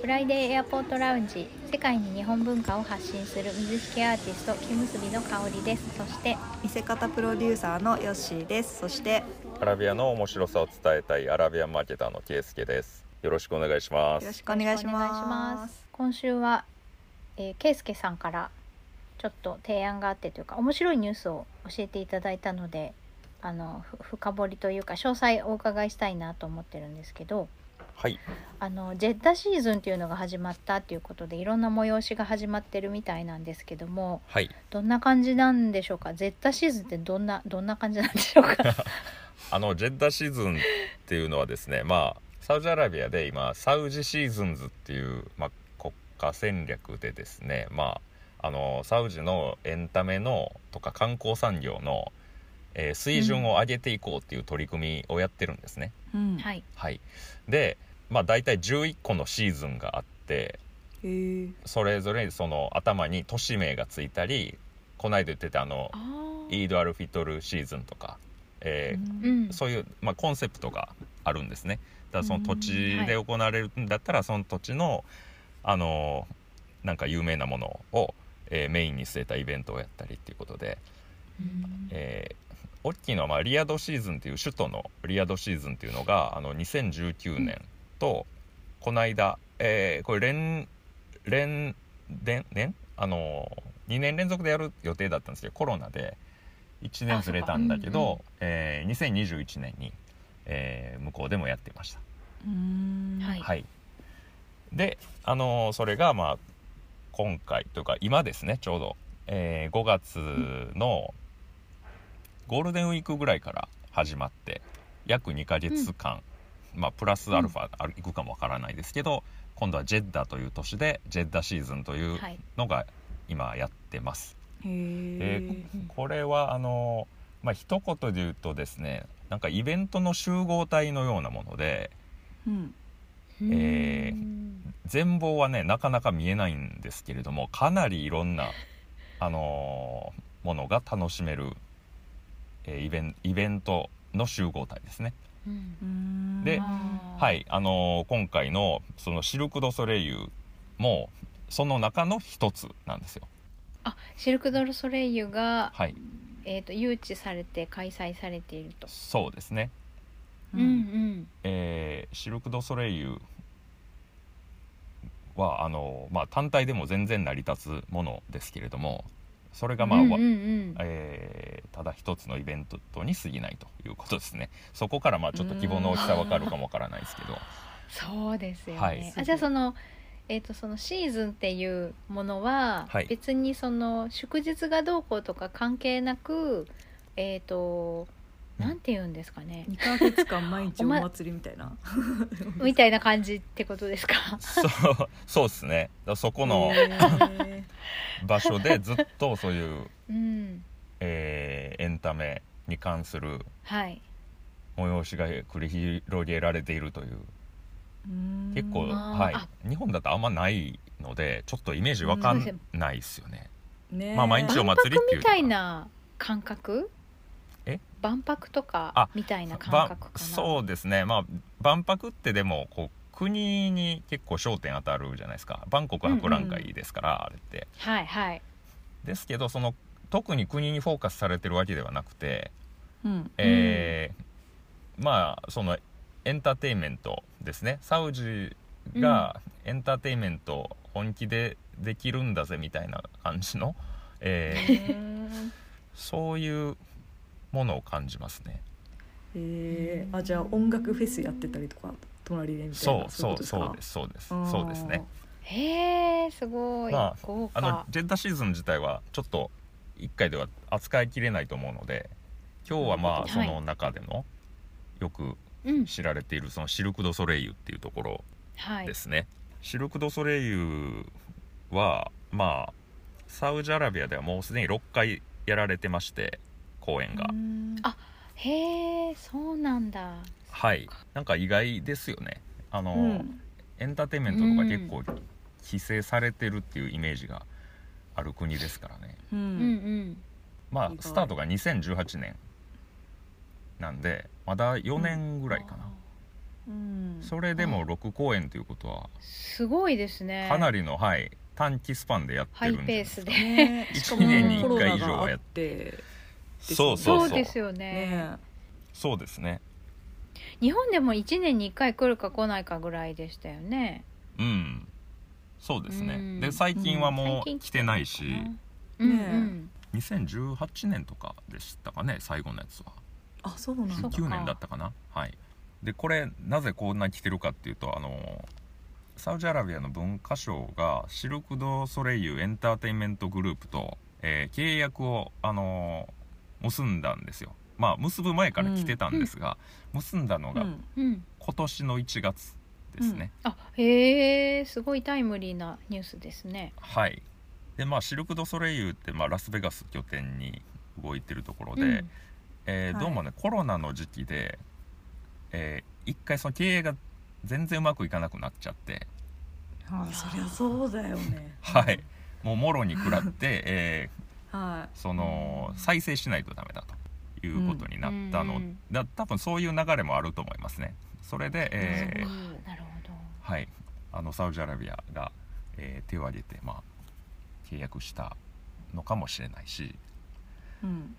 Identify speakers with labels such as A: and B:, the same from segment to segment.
A: フライデーエアポートラウンジ世界に日本文化を発信する水引アーティスト木結びの香りですそして
B: 見せ方プロデューサーのヨッシーですそして
C: アラビアの面白さを伝えたいアラビアンマーケターのケイスケです。よろしくお願いしま
B: よろ
C: す。
B: しくお願いします
A: 今週は、えー、ケイスケさんからちょっと提案があってというか面白いニュースを教えていただいたのであのふ深掘りというか詳細お伺いしたいなと思ってるんですけど
C: はい、
A: あのジェッダシーズンっていうのが始まったっていうことでいろんな催しが始まってるみたいなんですけども
C: はい、
A: どんな感じなんでしょうかジェッダシーズンってどんなどんな感じなんでしょうか
C: あのジェッダシーズンっていうのはですね、まあサウジアラビアで今サウジシーズンズっていうまあ国家戦略でですね、まああのサウジのエンタメのとか観光産業の、えー水準を上げていこうっていう取り組みをやってるんですね。
B: うん、
A: はいい
C: はい、で、まあ、大体11個のシーズンがあって
B: えー、
C: それぞれその頭に都市名がついたりこないだ言ってたあの
B: あ
C: イードアルフィトルシーズンとか、えー
A: うん
C: そういう、まあ、コンセプトがあるんですね。だからその土地
A: うんはい
C: で行われるんだったら、その土地のあのーなんか有名なものを、えーメインに据えたイベントをやったりっていうことで、
A: うん
C: えー大きいのは、まあ、リヤドシーズンっていう首都のリヤドシーズンっていうのがあの2019年と、この間、えーこれ連連連年あの2年連続でやる予定だったんですけどコロナで1年ずれたんだけど、
A: あそ
C: えー2021年に、えー向こうでもやってました。
B: うん
A: はい
C: はい、で、あのーそれがまあ今回というか今ですねちょうど、えー5月のゴールデンウィークぐらいから始まって約2ヶ月間、まあ、プラスアルファあるいくかもわからないですけど今度はジェッダという都市でジェッダシーズンという
A: はい
C: のが今やってます。
B: へえ
A: うん
C: これはあのーまあ一言で言うとですねなんかイベントの集合体のようなもので
B: うん
C: えー
A: うん
C: 全貌はねなかなか見えないんですけれどもかなりいろんな、あのーものが楽しめる、えーイベンイベントの集合体ですね。
A: うん
B: うん
C: で
A: あー
C: はいあのー今回のそのシルク・ドゥ・ソレイユもその中の一つなんですよ。
A: あシルク・ドゥ・ソレイユが、
C: はい、
A: えー、と誘致されて開催されていると。
C: そうですね、
B: う
A: うん
B: ん
A: うん
C: えーシルク・ドゥ・ソレイユはあのーまあ、単体でも全然成り立つものですけれどもそれがまあ、
A: うん
C: わ
A: うんうん
C: えーただ一つのイベントに過ぎないということですねそこからまあちょっと希望の大きさわかるかもわからないです けど
A: そうですよね。
C: はい
A: あじゃあそのえー、とそのシーズンっていうものは、
C: はい
A: 別にその祝日がどうこうとか関係なくえっ、となんて言うんですかね、
B: 二ヶ月間毎日
A: お
B: お
A: 前
B: 祭りみたいな
A: みたいな感じってことですか
C: そうそうですねだからそこの
B: へー
C: 場所でずっとそういう、
A: うん
C: えーエンタメに関する
A: はい
C: 催しが繰り広げられているという
B: うん
C: 結構、
A: あー
C: はい
A: あ、
C: 日本だとあんまないのでちょっとイメージわか
B: うん
A: そうんで
C: ないですよね。
B: ね
C: まあ毎日お
A: 万
C: 祭りっ
A: 博
C: てい
A: み
C: うのかな
A: たいな感覚
C: え
A: 万博とか
C: あ
A: みたいな感
C: ば
A: 覚かな
C: そうですねまあ万博ってでもこう国に結構焦点当たるじゃないですか万国博覧会ですから、あれって
A: はいはい
C: ですけどその特に国にフォーカスされてるわけではなくて、
B: うん
C: えーまあそのエンターテインメントですねサウジがエンターテインメントを本気でできるんだぜみたいな感じの、えーそういうものを感じますね。
B: えー、あじゃあ音楽フェスやってたりとか隣でみたい
C: そ
B: な
C: うそうそう
B: い
C: ですそうです
B: ことか
C: そうですね。
A: へえすごい、
C: まあ
A: 豪華
C: あのジェッダシーズン自体はちょっと1回では扱いきれないと思うので今日はま
A: は
C: あ
A: い
C: その中でもよく
A: うん
C: 知られているそのシルク・ドゥ・ソレイユっていうところ
A: はい
C: ですね、シルク・ドゥ・ソレイユはまあサウジアラビアではもうすでに6回やられてまして公演が、
B: うん
A: あへえそうなんだ
C: はいなんか意外ですよねあの、
B: うん
C: エンターテインメントとか結構規制されてるっていうイメージがある国ですからね、
B: う
A: うん
B: ん
A: うん
C: まあ
B: 意外
C: スタートが2018年なんでまだ4年ぐらいかな、
B: うん
C: それでも
A: うん
C: 6公演ということは
A: すごいですね。
C: かなりの、はい、短期スパンでやって
A: ハ
C: るん
A: イ
C: じゃない
A: ペー
C: です
A: ス
C: か
A: で。
B: ね
C: 一
B: しかも
A: 年に一
B: コロナ
C: 回以上は
B: があ
C: やっ
B: って
C: そうそ
A: そうう
C: そう
A: ですよね。
B: ね
C: そうですね
A: 日本でも1年に1回来るか来ないかぐらいでしたよね。
C: うんそうですね、
A: うん
C: で最近はも
A: 最近
C: う来てないし、
A: うんう
B: ね
A: ん。
C: 2018年とかでしたかね最後のやつは
B: あそうなんだ
A: そっか
C: 19年だったかなはいでこれなぜこんなに来てるかっていうとあのサウジアラビアの文化省がシルク・ドゥ・ソレイユエンターテインメントグループと、えー契約を、あの結んだんですよまあ結ぶ前から来てたんですが、結んだの
B: う
C: が
B: ん
A: うん。
C: 今年の1月ですね、
A: あ、へえ、すごいタイムリーなニュースですね。
C: はいでまあシルク・ドゥ・ソレイユって、まあ、ラスベガス拠点に動いてるところで、
A: うん
C: えー
B: はい
C: どうもねコロナの時期で、えー一回その経営が全然うまくいかなくなっちゃって
B: あそりゃそうだよね
C: はいもうもろに食 らって、え
B: は
C: ーその再生しないとダメだということになったの、
A: うんうん
C: だ多分そういう流れもあると思いますねそれで、えー
A: そうかなるほど。
C: はい、あのサウジアラビアが、えー手を挙げて、まあ、契約したのかもしれないし
B: いうん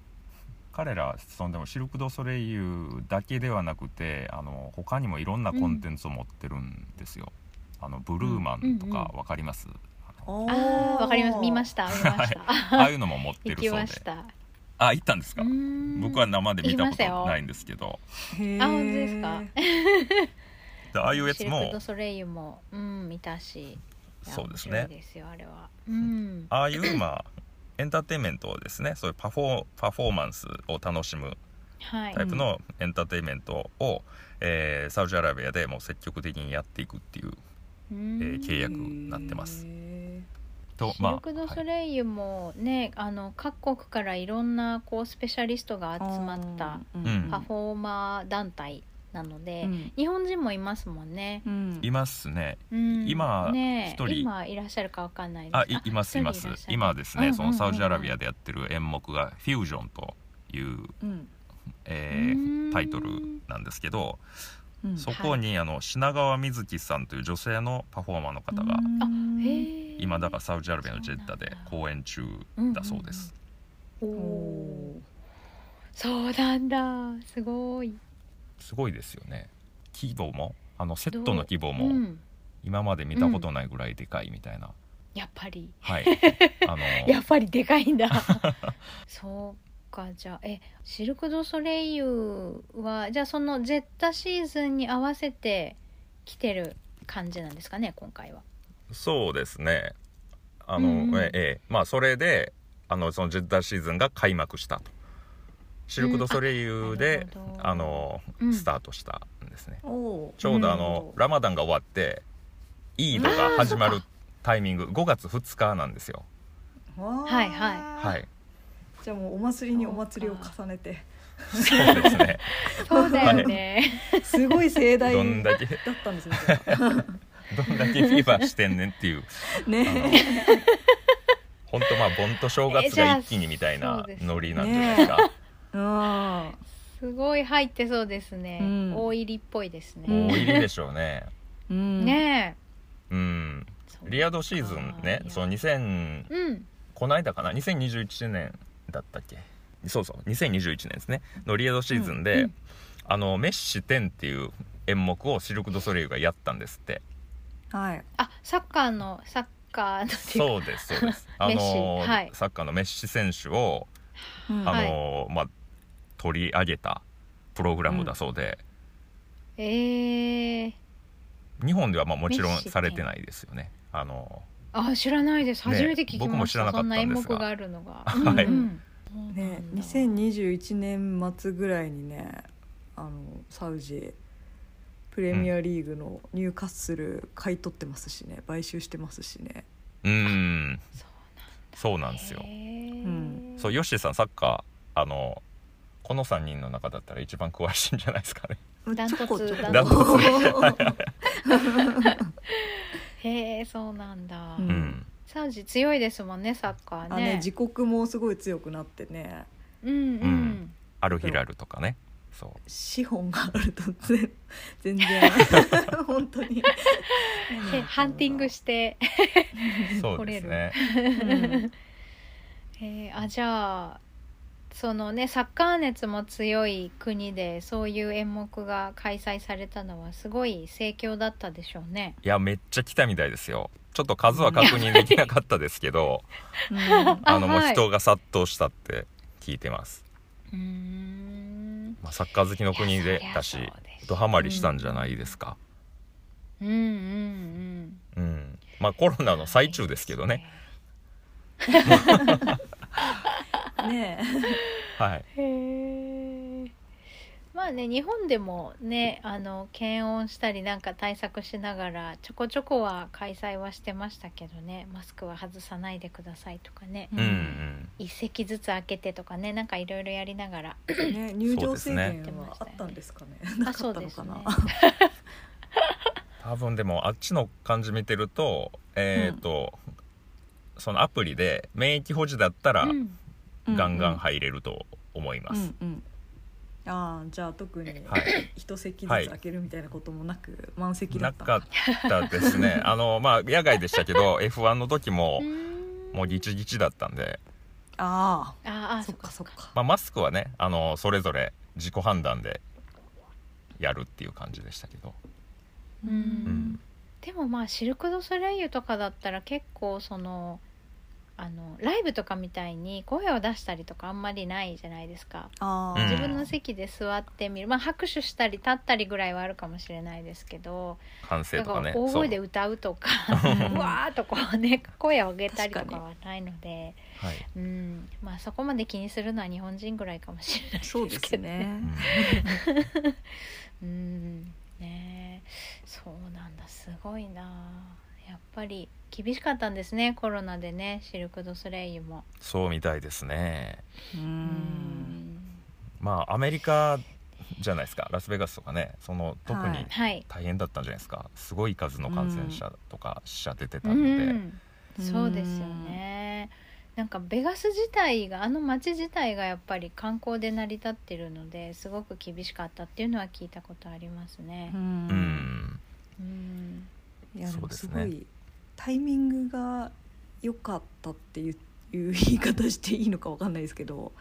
C: 彼らそのでもシルク・ドゥ・ソレイユだけではなくてあの他にもいろんなコンテンツを持ってるんですよ、あのブルーマンとか
A: う
C: わかります、あの
A: ああ、わかります。見ましたた。見ました。
C: ああいうのも持っ
A: 行
C: てる
A: き
C: そう
A: ま
C: で
A: した。
C: あ行ったんですか僕
A: 僕
C: は生で見た
A: 行きま
C: こ
A: した
C: と
A: よ
C: ないんですけど
A: あ本当ですか
C: でああいうやつ
A: シルク・ド
C: も
A: ゥソレイユも、うん、見たし。いや
C: そうです
A: 面白い
C: ね
A: ですよ、あれは。うん。
C: ああいうまあエンターテインメントをですねそういうパフォーパフォーマンスを楽しむ
A: はい
C: タ。イプのエンターテインメントを、えーサウジアラビアでもう積極的にやっていくっていう
A: うん
C: えー契約になってますと
A: シルク・ドゥ・ソレイユもね、あの各国からいろんなこうスペシャリストが集まった
C: うん
A: パフォーマー団体なので、
B: うん
A: 日本人もいますもんね。
B: うん
C: いますね
A: うん、
C: 今
A: ね
C: 一人
A: 今いらっしゃるかわかんないです
C: あいいますいま
A: 一
C: す
A: 人らっしゃる
C: 今ですね、
A: うん
C: そのサウジアラビ
A: う
C: ア
A: ん
C: でやってる演目が「フュージョン」という、
B: うん
C: えー
A: うん
C: タイトルなんですけど
B: うん
C: そこにあの品川瑞希さんという女性のパフォーマーの方
A: あ
C: が
B: うん
A: へー
C: 今だからサウジアラビアのジェッダで公演中だそうです、
A: お
B: お
A: ーそうなんだすごい
C: すごいですよね規模もあのセットの規模
A: う
C: も
A: ん、
C: 今まで見たことないぐらいでかいみたいな、
A: やっぱり
C: はいあの
A: やっぱりでかいん だそうかじゃあえシルク・ドゥ・ソレイユはじゃあそのジェッタシーズンに合わせて来てる感じなんですかね今回は
C: そうですねあの、
A: うんうん
C: ええええまあそれであのそのジェッダシーズンが開幕したとシルク・ドゥ・ソレイユで、
A: うんあなるほど
C: あの
A: うん
C: スタートしたんですね、
B: おー
C: ちょうどあの、ラマダンが終わってイードが始まるタイミング5月2日なんですよ
A: はいはい
C: は
B: はいじゃあもうお祭りにお祭りを重ねて
C: そうですね
A: そうだよね、
B: すごい盛大
C: どん
B: だっ
C: だけ
B: たんですねじゃあ
C: どんだけフィーバーしてんねんっていう
B: ね
C: 本当まあ盆と正月が一気にみたいなノリなんじゃないですか
B: うん
A: すごい入ってそうですね、
B: うん
A: 大入りっぽいですね、
B: そうですね
C: 大入りでしょうね
B: うん
A: ね
C: うん
A: えそう
C: リアドシーズンね
A: あー
C: その2000
A: うん
C: この間かな2021年だったっけそうそう2021年ですねのリエドシーズンで、
A: うんうん
C: あのメッシ10っていう演目をシルク・ドゥ・ソレイユがやったんですって
B: はい
A: あサッカーのサッカーのっていうか
C: そうですそうです あ
A: メ
C: の
A: ッシはい
C: サッカーのメッシ選手を
B: うん
C: あの、まあ、取り上げたプログラムだそうで、
A: えー、
C: 日本ではまあもちろ
A: メ
C: ん
A: ッシ10
C: されてないですよねあの
A: あ知らないです
C: ね
A: 初めて聞きました、
C: 僕も知らなかったんですが
A: そんな演目があるのが、
C: はい
A: うん
B: ね、2021年末ぐらいにねあのサウジプレミアリーグのニューカッスル買い取ってますしね、買収してますしね
C: うん
A: そう
C: そうなんですよ
A: へ
B: うん
A: ー
C: そうヨッシーさんサッカーあのこの3人の中だったら一番詳しいんじゃないですかね
A: ダントツ
B: ちょこちょこ
A: ダ
C: ン
A: へえそうなんだ、
B: うん
C: うん
A: サウジ強いですもんねサッカー
B: あ
A: ね
B: ね自国もすごい強くなってね
A: うんうん、
C: うんアルヒラルとかねそう
B: 資本があると全全然 本当に
A: でハンティング
B: し、
A: して、
C: そうですね
B: うん
A: えーあじゃあそのねサッカー熱も強い国でそういう演目が開催されたのはすごい盛況だったでしょうね。
C: いやめっちゃ来たみたいですよちょっと数は確認できなかったですけど
B: う ん
A: あ
C: あのもう
A: はい
C: 人が殺到したって聞いてます、
A: うーん
C: まあ、サッカー好きの国でだし
A: いやそりゃそうでしょ
C: ドハマりしたんじゃないですか
A: うんうんうん
C: うん、まあコロナの最中ですけどね。
B: ね
C: はい
A: へえ。まあね日本でもねあの検温したりなんか対策しながらちょこちょこは開催はしてましたけどねマスクは外さないでくださいとかね
B: え、
C: うんうん
A: 一席ずつ開けてとかねなんかいろいろやりながら
B: ね入場制
A: そう
B: 限
A: ですね
B: はあったんですかね
A: あ
B: なか
A: そ
B: っ
A: う
B: た
A: で
B: の
A: す
B: か
A: ね
B: な、
C: 多分でもあっちの感じ見てるとえっ、と、そのアプリで免疫保持だったら
A: うん
C: ガンガン入れると思いま
B: う
C: す、
B: んうんああじゃあ特に
C: はい
B: 一席ずつ
C: はい
B: 開けるみたいなこともなく、満席だ
C: な
B: った
C: かったで すねあのまあ野外でしたけど F1 の時も
A: うーん
C: もうギチギチだったんで、
B: あ
A: あ
B: あ
A: あそ
B: そっ
A: っ
B: か
A: か
B: そ
A: そ
B: っ
A: っ
B: か
A: か
C: まあ、マスクはねあのそれぞれ自己判断でやるっていう感じでしたけど、
A: うん
C: うん
A: でもまあシルク・ドゥ・ソレイユとかだったら結構そのあのライブとかみたいに声を出したりとかあんまりないじゃないですか
B: ああ、
C: うん
A: 自分の席で座ってみる、まあ拍手したり立ったりぐらいはあるかもしれないですけど、
C: 完成
A: なん
C: とか
A: か大
C: ねそう
A: 声で歌うとか
B: うん
A: うわーっとこうね声を上げたりと
B: 確か
A: か
B: に
A: はないので、
C: はい、
A: うん、まあそこまで気にするのは日本人ぐらいかもしれない
B: そう
A: で
B: ですす
A: けどね。
B: ね
C: うん
A: うんねえそうなんだすごいなやっぱり厳しかったんですねコロナでねシルク・ドゥ・ソレイユも。
C: そうみたいですね
B: うん
C: まあアメリカじゃないですかラスベガスとかねその特
B: は
C: に
B: い
A: はい、
C: 大変だったんじゃないですか、すごい数の感染者とか死者出てた
A: う
C: ので、
A: ん、そうですよね。なんかベガス自体があの街自体がやっぱり観光で成り立ってるのですごく厳しかったっていうのは聞いたことありますね
B: う。
C: うんん
A: うん、
B: いやで
C: そう
B: も
C: です
B: す
C: ね
B: ごいタイミングが良かったっていういう言い方していいのかわかんないですけど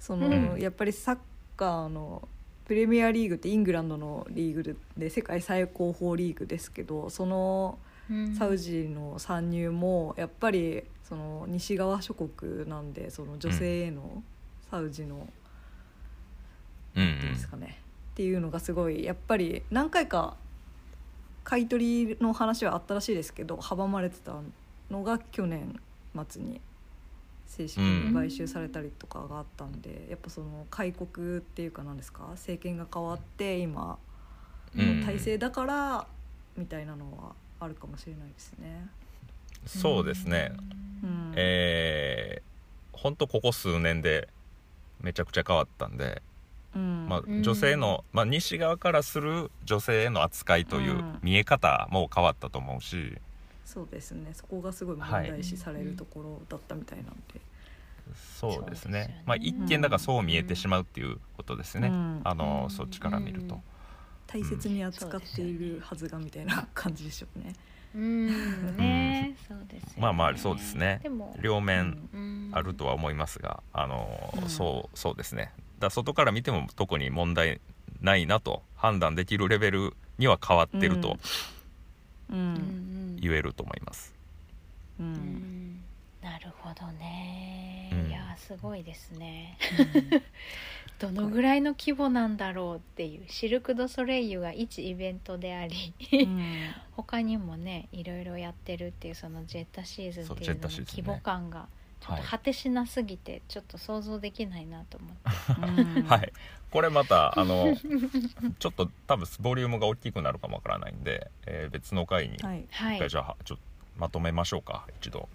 B: その、
C: うん
B: やっぱりサッカーのプレミアリーグってイングランドのリーグでで世界最高峰リーグですけどその
A: うん
B: サウジの参入もやっぱりその西側諸国なんでその女性へのサウジの
C: うんう
B: っ
C: ん
B: ていうんですかね、っていうのがすごいやっぱり何回か買い取りの話はあったらしいですけど阻まれてたのが去年末に正式に買収されたりとかがあったんで、やっぱその開国っていうか何ですか政権が変わって今
C: うん
B: 体制だからみたいなのはあるかもしれないですね。
C: そうですね、
B: うん
C: えー、ほんとここ数年でめちゃくちゃ変わったんで、
B: うん
C: まあ、
A: うん
C: 女性の、まあ、西側からする女性への扱いといううん見え方も変わったと思うし、
B: そうですねそこがすごい問題視されるところだったみたいなんで。
C: そうです
A: そうですよ
C: ね
A: ね
C: まあ一見だからそう見えてしまうっていうことですね、
B: うん
C: あの、
A: うん
C: そっちから見ると、
B: 大切に扱っているはずがみたいな感じでしょうね。
A: うんね、そうですよね。
C: まあまあそうですね
A: でも、
C: 両面
A: うん
C: あるとは思いますがあの、
B: うん
C: そうそうですねだから外から見ても特に問題ないなと判断できるレベルには変わってると
B: う
A: うんん
C: 言えると思います、
B: う
A: うんんなるほどね。
C: う
A: い
C: ん
A: やーすごいですね。 どのぐらいの規模なんだろうっていうシルク・ドゥ・ソレイユが一イベントであり 他にもねいろいろやってるっていうそのジェッタシーズンっていうのの
C: そうジェッタシーズンね
A: 規模感がちょっ
C: はい
A: と果てしなすぎてちょっと想像できないなと思って、
C: は。いこれまたあのちょっと多分ボリュームが大きくなるかもわからないんで、えー別の回に、
B: はい。
A: はい
C: 一回じゃあちょっとまとめましょうか一度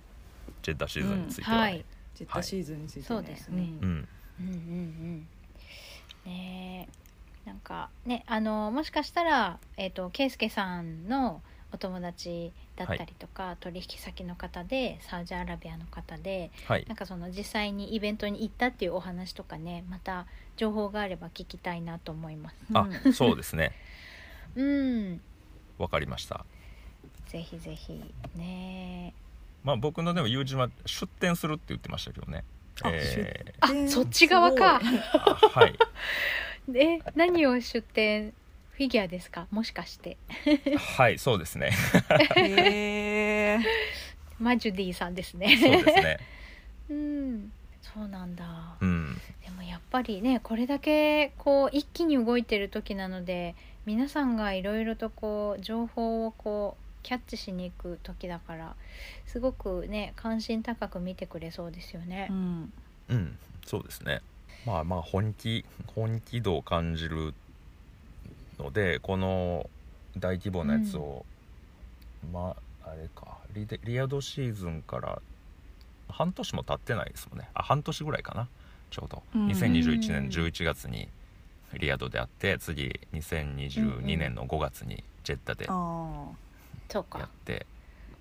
C: ジェッダーシーズンについては、
A: はい、
B: ジェットシーズンについて、ね
A: そうですね
C: う。ん
A: うんうんうんねえなんかねあのもしかしたらえっ、と圭介さんのお友達だったりとか、取引先の方でサウジアラビアの方で
C: はい
A: なんかその実際にイベントに行ったっていうお話とかねまた情報があれば聞きたいなと思います。
C: あそうですね
A: うん、
C: わかりました
A: ぜひぜひね
C: まあ僕のでも友人は出店するって言ってましたけどね
B: あ
C: え
A: あ
B: えー
A: そっち側か
B: すごい
C: ーあはい
A: え何を出展フィギュアですかもしかして
C: はいそうですね
B: へー
A: マジュディさんです
C: そうで
A: ね
C: すね
A: うんそうなんだ
C: うん
A: でもやっぱりねこれだけこう一気に動いてる時なので皆さんがいろいろとこう情報をこうキャッチしに行く時だからすごくね関心高く見てくれそうですよね
B: う。ん
C: うんそうですねまあまあ本気本気度を感じるのでこの大規模なやつを、まああれかリデリアドシーズンから半年も経ってないですもんねあ半年ぐらいかなちょうど、
B: うん
C: 2021年11月にリアドであって次2022年の5月にジェッダで
B: あ
A: そう
C: や
A: か
C: って、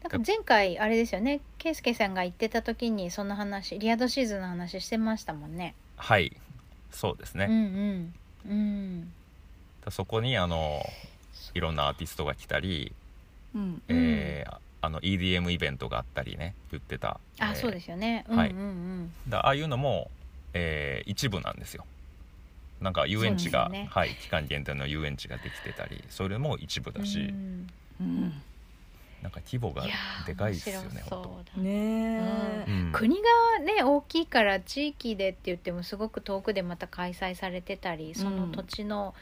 A: なんか前回あれですよね圭介さんが言ってた時にその話リアドシーズンの話してましたもんね。
C: はいそうですね、
A: う
C: だか
A: んうんうん
C: らそこにあのいろんなアーティストが来たり
B: ーうん
C: えーあの EDM イベントがあったりね言ってた
A: あ、
C: えー
A: そうですよね。うんうん
C: はい
A: うん。
C: だああいうのも、えー一部なんですよなんか遊園地が、
A: そうですよね
C: はい、期間限定の遊園地ができてたりそれも一部だし、
A: うん
B: うん
C: なんか規模が
A: いやー
C: でかいですよね
A: 面白
C: ほんと
A: そうだ
B: ねえ
C: う、ん
A: 国がね大きいから地域でって言ってもすごく遠くでまた開催されてたりその土地の、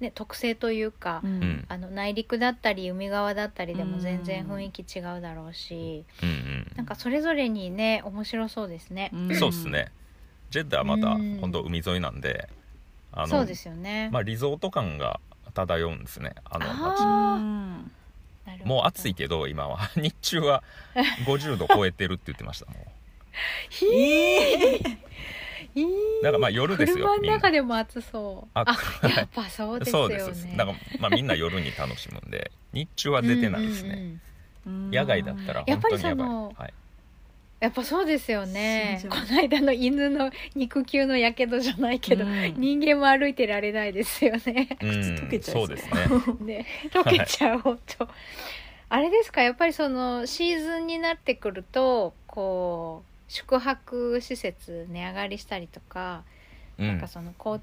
A: ね特性というか、
B: うん
C: うん
A: あの内陸だったり海側だったりでも全然
B: うん
A: 雰囲気違うだろうし、
C: うん
A: なんかそれぞれにね面白そうですね。
C: うんそうですねジェッダはまた
A: うん
C: 本当海沿いなんであ
A: そ
C: の
A: うですよね。
C: まあ、リゾート感が漂うんですねあの街
A: あ
B: うん
A: なるほど
C: もう暑いけど今は 日中は50度超えてるって言ってましたも
B: えー
A: いい
C: んだからまあ夜ですよ
A: 車の
C: みんな
A: 中でも暑そう。
C: あ
A: あ やっぱそうです
C: そ
A: よ
C: う
A: ね。
C: ですなんかまあみんな夜に楽しむんで日中は出てないですね、
A: うんうんうん
B: うん
C: 野外だったら
A: やっ
C: 本
A: ぱ
C: 当
A: り
C: にやばい
A: その
C: はい、
A: やっぱそうですよね
B: 信
A: こ
B: じられ
A: の間の犬の肉球のやけどじゃないけど、
B: うん
A: 人間も歩いてられないですよね
C: うん
B: 溶けちゃい
C: そ
B: そう
C: うですね
A: ね溶けちゃおうと、あれですかやっぱりそのシーズンになってくるとこう宿泊施設値上がりしたりとか、
C: う
A: なん
C: ん
A: かその公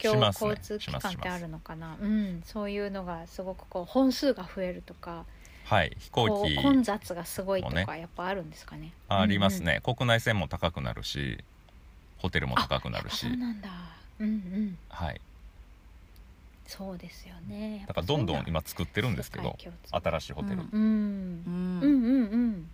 A: 共、
C: しますね
A: 交通機関
C: し
A: っ
C: ま
A: て
C: す
A: あるのかなうん、そういうのがすごくこう本数が増えるとか
C: はい飛行
A: こ
C: 機
A: う混雑がすごいと
C: も
A: か、やっぱあるんですかね
C: ありますね、国内線も高くなるしホテルも高くなるし
A: あそうなんだうんうん
C: はい
A: そうですよね
C: だからどんどん今作ってるんですけど新
A: しい
C: しいホテル、
A: うんうんう
B: う
A: んうんん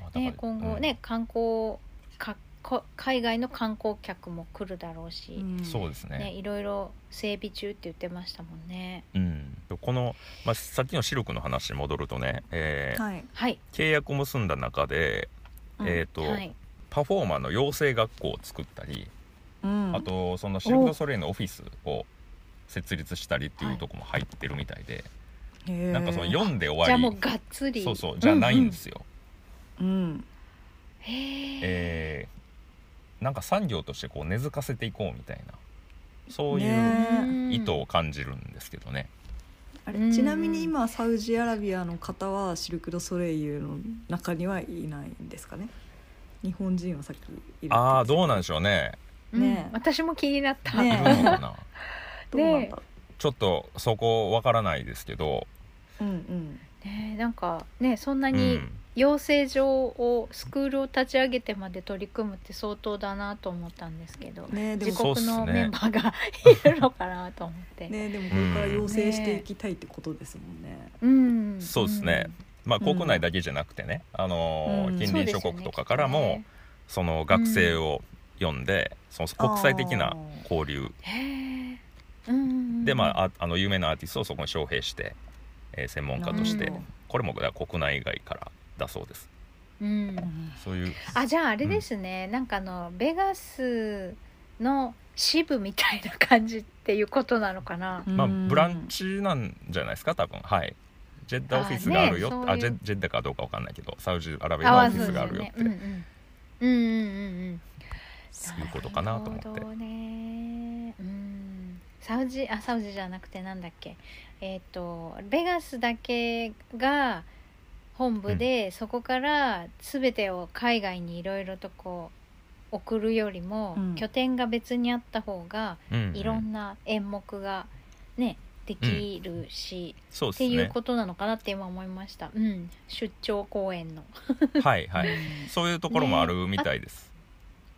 C: まあだ
A: うん
C: から
A: ね今後ね、観光かこ海外の観光客も来るだろうし、
C: うんそう
B: で
C: です
A: ね
C: ね
A: いろいろ整備中って言ってましたもんね
C: うんこの、まあ、さっきのシルクの話に戻るとね、えー
B: はい
A: はい、
C: 契約を結んだ中で、えっ、と、
A: はい、
C: パフォーマーの養成学校を作ったり、
B: うん
C: あとそのシルク・ドゥソレイユのオフィスを設立したりっていうとこも入ってるみたいで、なんかその
B: よ
C: 読んで終
A: じゃあ
C: わり
A: もうがっつり
C: そうそうじゃないんですよ、
B: うん
A: うんうんへえ
C: えーなんか産業としてこう根付かせていこうみたいなそういう
B: ね
C: 意図を感じるんですけどね
B: あ
A: う
B: れ
A: ん
B: ちなみに今サウジアラビアの方はシルク・ドゥ・ソレイユの中にはいないんですかね日本人はさっきいるって言ってた
C: ああどうなんでしょうね
B: ね
A: うん私も気になった、
C: い
B: ね
C: るのかな
B: どうなんだろ
C: ちょっとそこわからないですけど、
B: う、うん
A: ねなんかねそんな
C: う
A: に
C: ん、
A: 養成所をスクールを立ち上げてまで取り組むって相当だなと思ったんですけど、
B: うんねで
A: 自
B: も
A: 国
C: そうっ
A: の
C: すね
A: メンバーが いるのかなと思って、
B: ねでもこれから要請していきたいってことですもんね
A: うん
C: そうっすねまあ
B: うん
C: 国内だけじゃなくてね、あのー
B: うん
C: 近
A: そう
C: 隣
A: ですよ
C: 諸
A: ね
C: 国とかからも、その学生を読んで、その国際的な交流
A: きっとねへえうんうんうん
C: で、まあ、ああの有名なアーティストをそこに招聘して、えー専門家とし
A: な
C: て
A: るほ
C: これもだから国内外からだそうです
A: うん
C: そういう
A: あじゃああれですね、なんかあのベガスの支部みたいな感じっていうことなのかな、
C: まあブランチなんじゃないですか多分はいジェッダオフィスがあるよ
A: あーね
C: あ,、ジ
A: そうい
C: ェ
A: う
C: ジェッダかどうかわかんないけどサウジアラビ
A: 合
C: アのオ
A: わ
C: フ
A: ずです
C: ィスがあ
A: よ
C: るよっ
A: ねう
C: て
A: んうんうんうんうんうん
C: そういうことかなと思って
A: なるほどねうんサウジあサウジじゃなくてなんだっけえっ、とベガスだけが本部で、そこから全てを海外にいろいろとこう送るよりも、
B: うん
A: 拠点が別にあった方が
C: うんうん
A: いろんな演目がねできるし、
C: そう
A: っ
C: で
A: て
C: す
A: いう
C: ね
A: ことなのかなって今思いました、うん、出張公演の
C: はいはいそういうところもあるみたいです、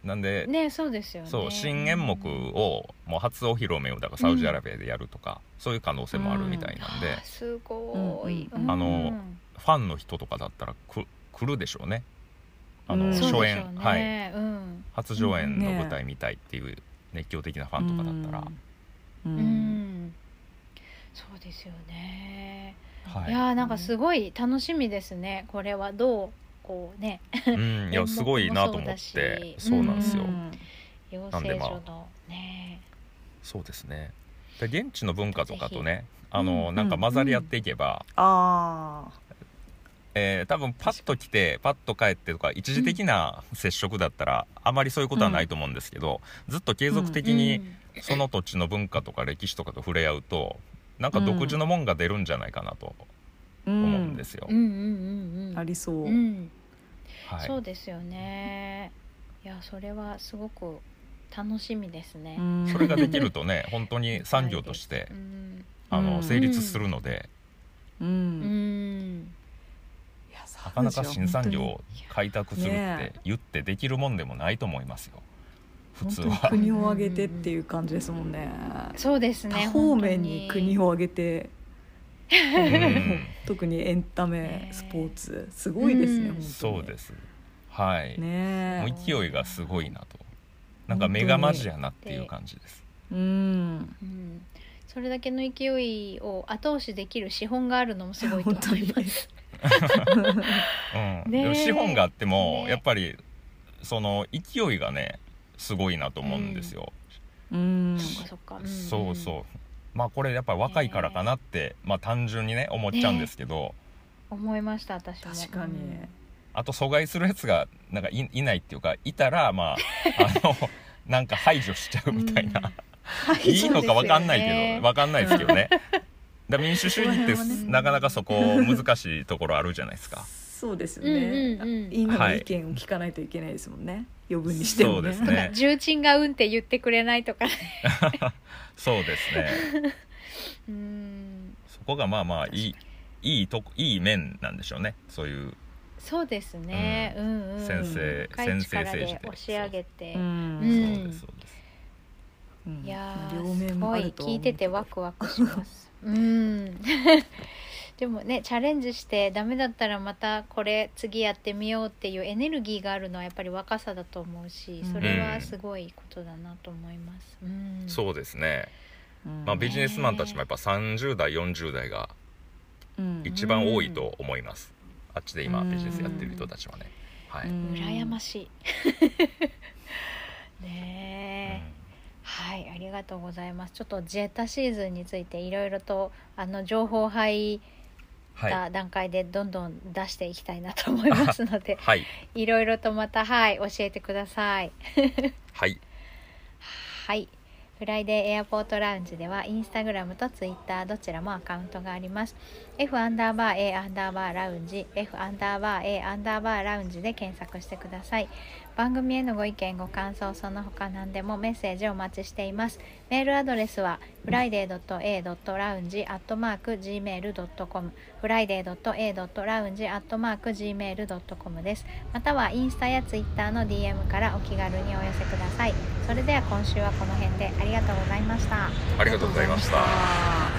C: なんで、
A: ねそうですよね
C: そう新演目をもう初お披露目をだからサウジアラビアでやるとか、そういう可能性もあるみたいなんで、
A: あーすごい、
B: うんうんうん
C: あのファンの人とかだったらく来るでしょうねあの、
B: うん
A: そうでし
C: 初
A: ょ
C: 演、
A: うね
C: はい
A: うん
C: 初上演の舞台みたいっていう熱狂的なファンとかだったら、
B: う
A: うんんそうですよね、、
C: はいい
A: やーなんかすごい楽しみですねこれはどうこうね
C: うん、いやすごいなと思って
A: 演目もそうだし
C: そうなんです
A: う
C: よ、
A: 養
C: なんで
A: 成
C: まあ
A: 所のね
C: そうですねで現地の文化とかとねあ
A: う
C: の
A: ん
C: なんか混ざり合っていけば、
B: ああ
C: えー多分パッと来てパッと帰ってとか一時的な接触だったらあまりそういうことはないと思うんですけど、ずっと継続的
A: う
C: に
A: ん
C: その土地の文化とか歴史とかと触れ合うとなんか独自のもんが出るんじゃないかなと思うんですよ。
A: うんうんうんうん
B: ありそう、
A: うん
C: はい
A: そうですよねいやそれはすごく楽しみですね、
B: うん
C: それができるとね本当に産業 として
A: うん
C: あ
B: うん
C: の成立するので、
B: う
A: うんん
B: いや
C: なかなか新産業
B: 本
C: を開拓するっ
B: ね
C: て言ってできるもんでもないと思いますよ普
B: 当に
C: 通
B: 本
C: は
B: 当に国を挙げてっていう感じですもんね
A: そうですね
B: 多方面に国
A: を
B: を挙げて、
C: ん
B: 特にエンタメ
A: ね
B: スポーツすごいですね、
A: うん
B: 本当に
C: そうですはい、も
B: ね
C: う勢いがすごいなとなんかメガマジやなっていう感じです
B: えうん
A: うん、それだけの勢いを後押しできる資本があるのもすごいと 思います。
C: うん、
A: ねえ
C: でも資本があっても
A: ねえ
C: やっぱりその勢いがねすごいなと思うんですよ、
B: うん
A: そっかそっか。ん
C: そうそうまあこれやっぱり若いからかなって、まあ単純にね思っちゃうんですけど、
A: 思いました私も。
B: 確かに、
C: あと阻害するやつがなんかいいないっていうかいたら まああのなんか排除しちゃうみたいな、
A: ん
C: いいのかわかんないけど、
A: そうですね
C: わかんないですけどねだから民主主義って
B: そこら辺は
A: ね
C: なかなかそこ難しいところあるじゃないですか
B: そうです
A: うん
B: ね、
A: うんうん
B: いいの
C: は
B: が
C: い
B: 意見を聞かないといけないですもんね余分にしてもね
C: そうですね
A: うん重鎮がうんって言ってくれないとか。
C: そうですね
A: うん
C: そこがまあまあいいいいとこいい面なんでしょうねそういう
A: そうですね。う
C: うん
A: うんうん。
C: 先生
A: 若い
C: 先生
A: 力
C: 政治
A: で
C: で
A: 押し上げて
B: う。
A: うん
B: ん
C: そうですそうです
B: うん
A: いや
B: 両
A: ーす
B: 面も
A: ご
B: あ
A: い
B: るとは
A: 聞
B: 思
A: いうて
B: けど
A: てワクワクし ます。 うん。でもねチャレンジしてダメだったらまたこれ次やってみようっていうエネルギーがあるのはやっぱり若さだと思うし
B: うん
A: それはすごいことだなと思います。うん、う
C: そうですね、
B: うん
C: まあ、ビジネスマンたちもやっぱ30代40代が
B: うん
C: 一番多いと思います、あっちで今
B: うん
C: ビジネスやってる人たちはね、はい、うん
A: 羨ましい。 ねえ。はい、ありがとうございます。ちょっとジェタシーズンについていろいろとあの情報入っ
C: はい
A: た段階でどんどん出していきたいなと思いますので、
C: はい
A: いろいろとまたはい教えてください。
C: はい
A: はい。フライデーエアポートラウンジではインスタグラムとツイッターどちらもアカウントがあります。F アンダーバー A アンダーバーラウンジ F アンダーバー A アンダーバーラウンジで検索してください。番組へのご意見ご感想その他何でもメッセージをお待ちしています。メールアドレスは friday.a.lounge.gmail.com friday.a.lounge.gmail.com です。またはインスタやツイッターの DM からお気軽にお寄せください。それでは今週はこの辺でありがとうございました。
C: ありがとうございました。
B: あー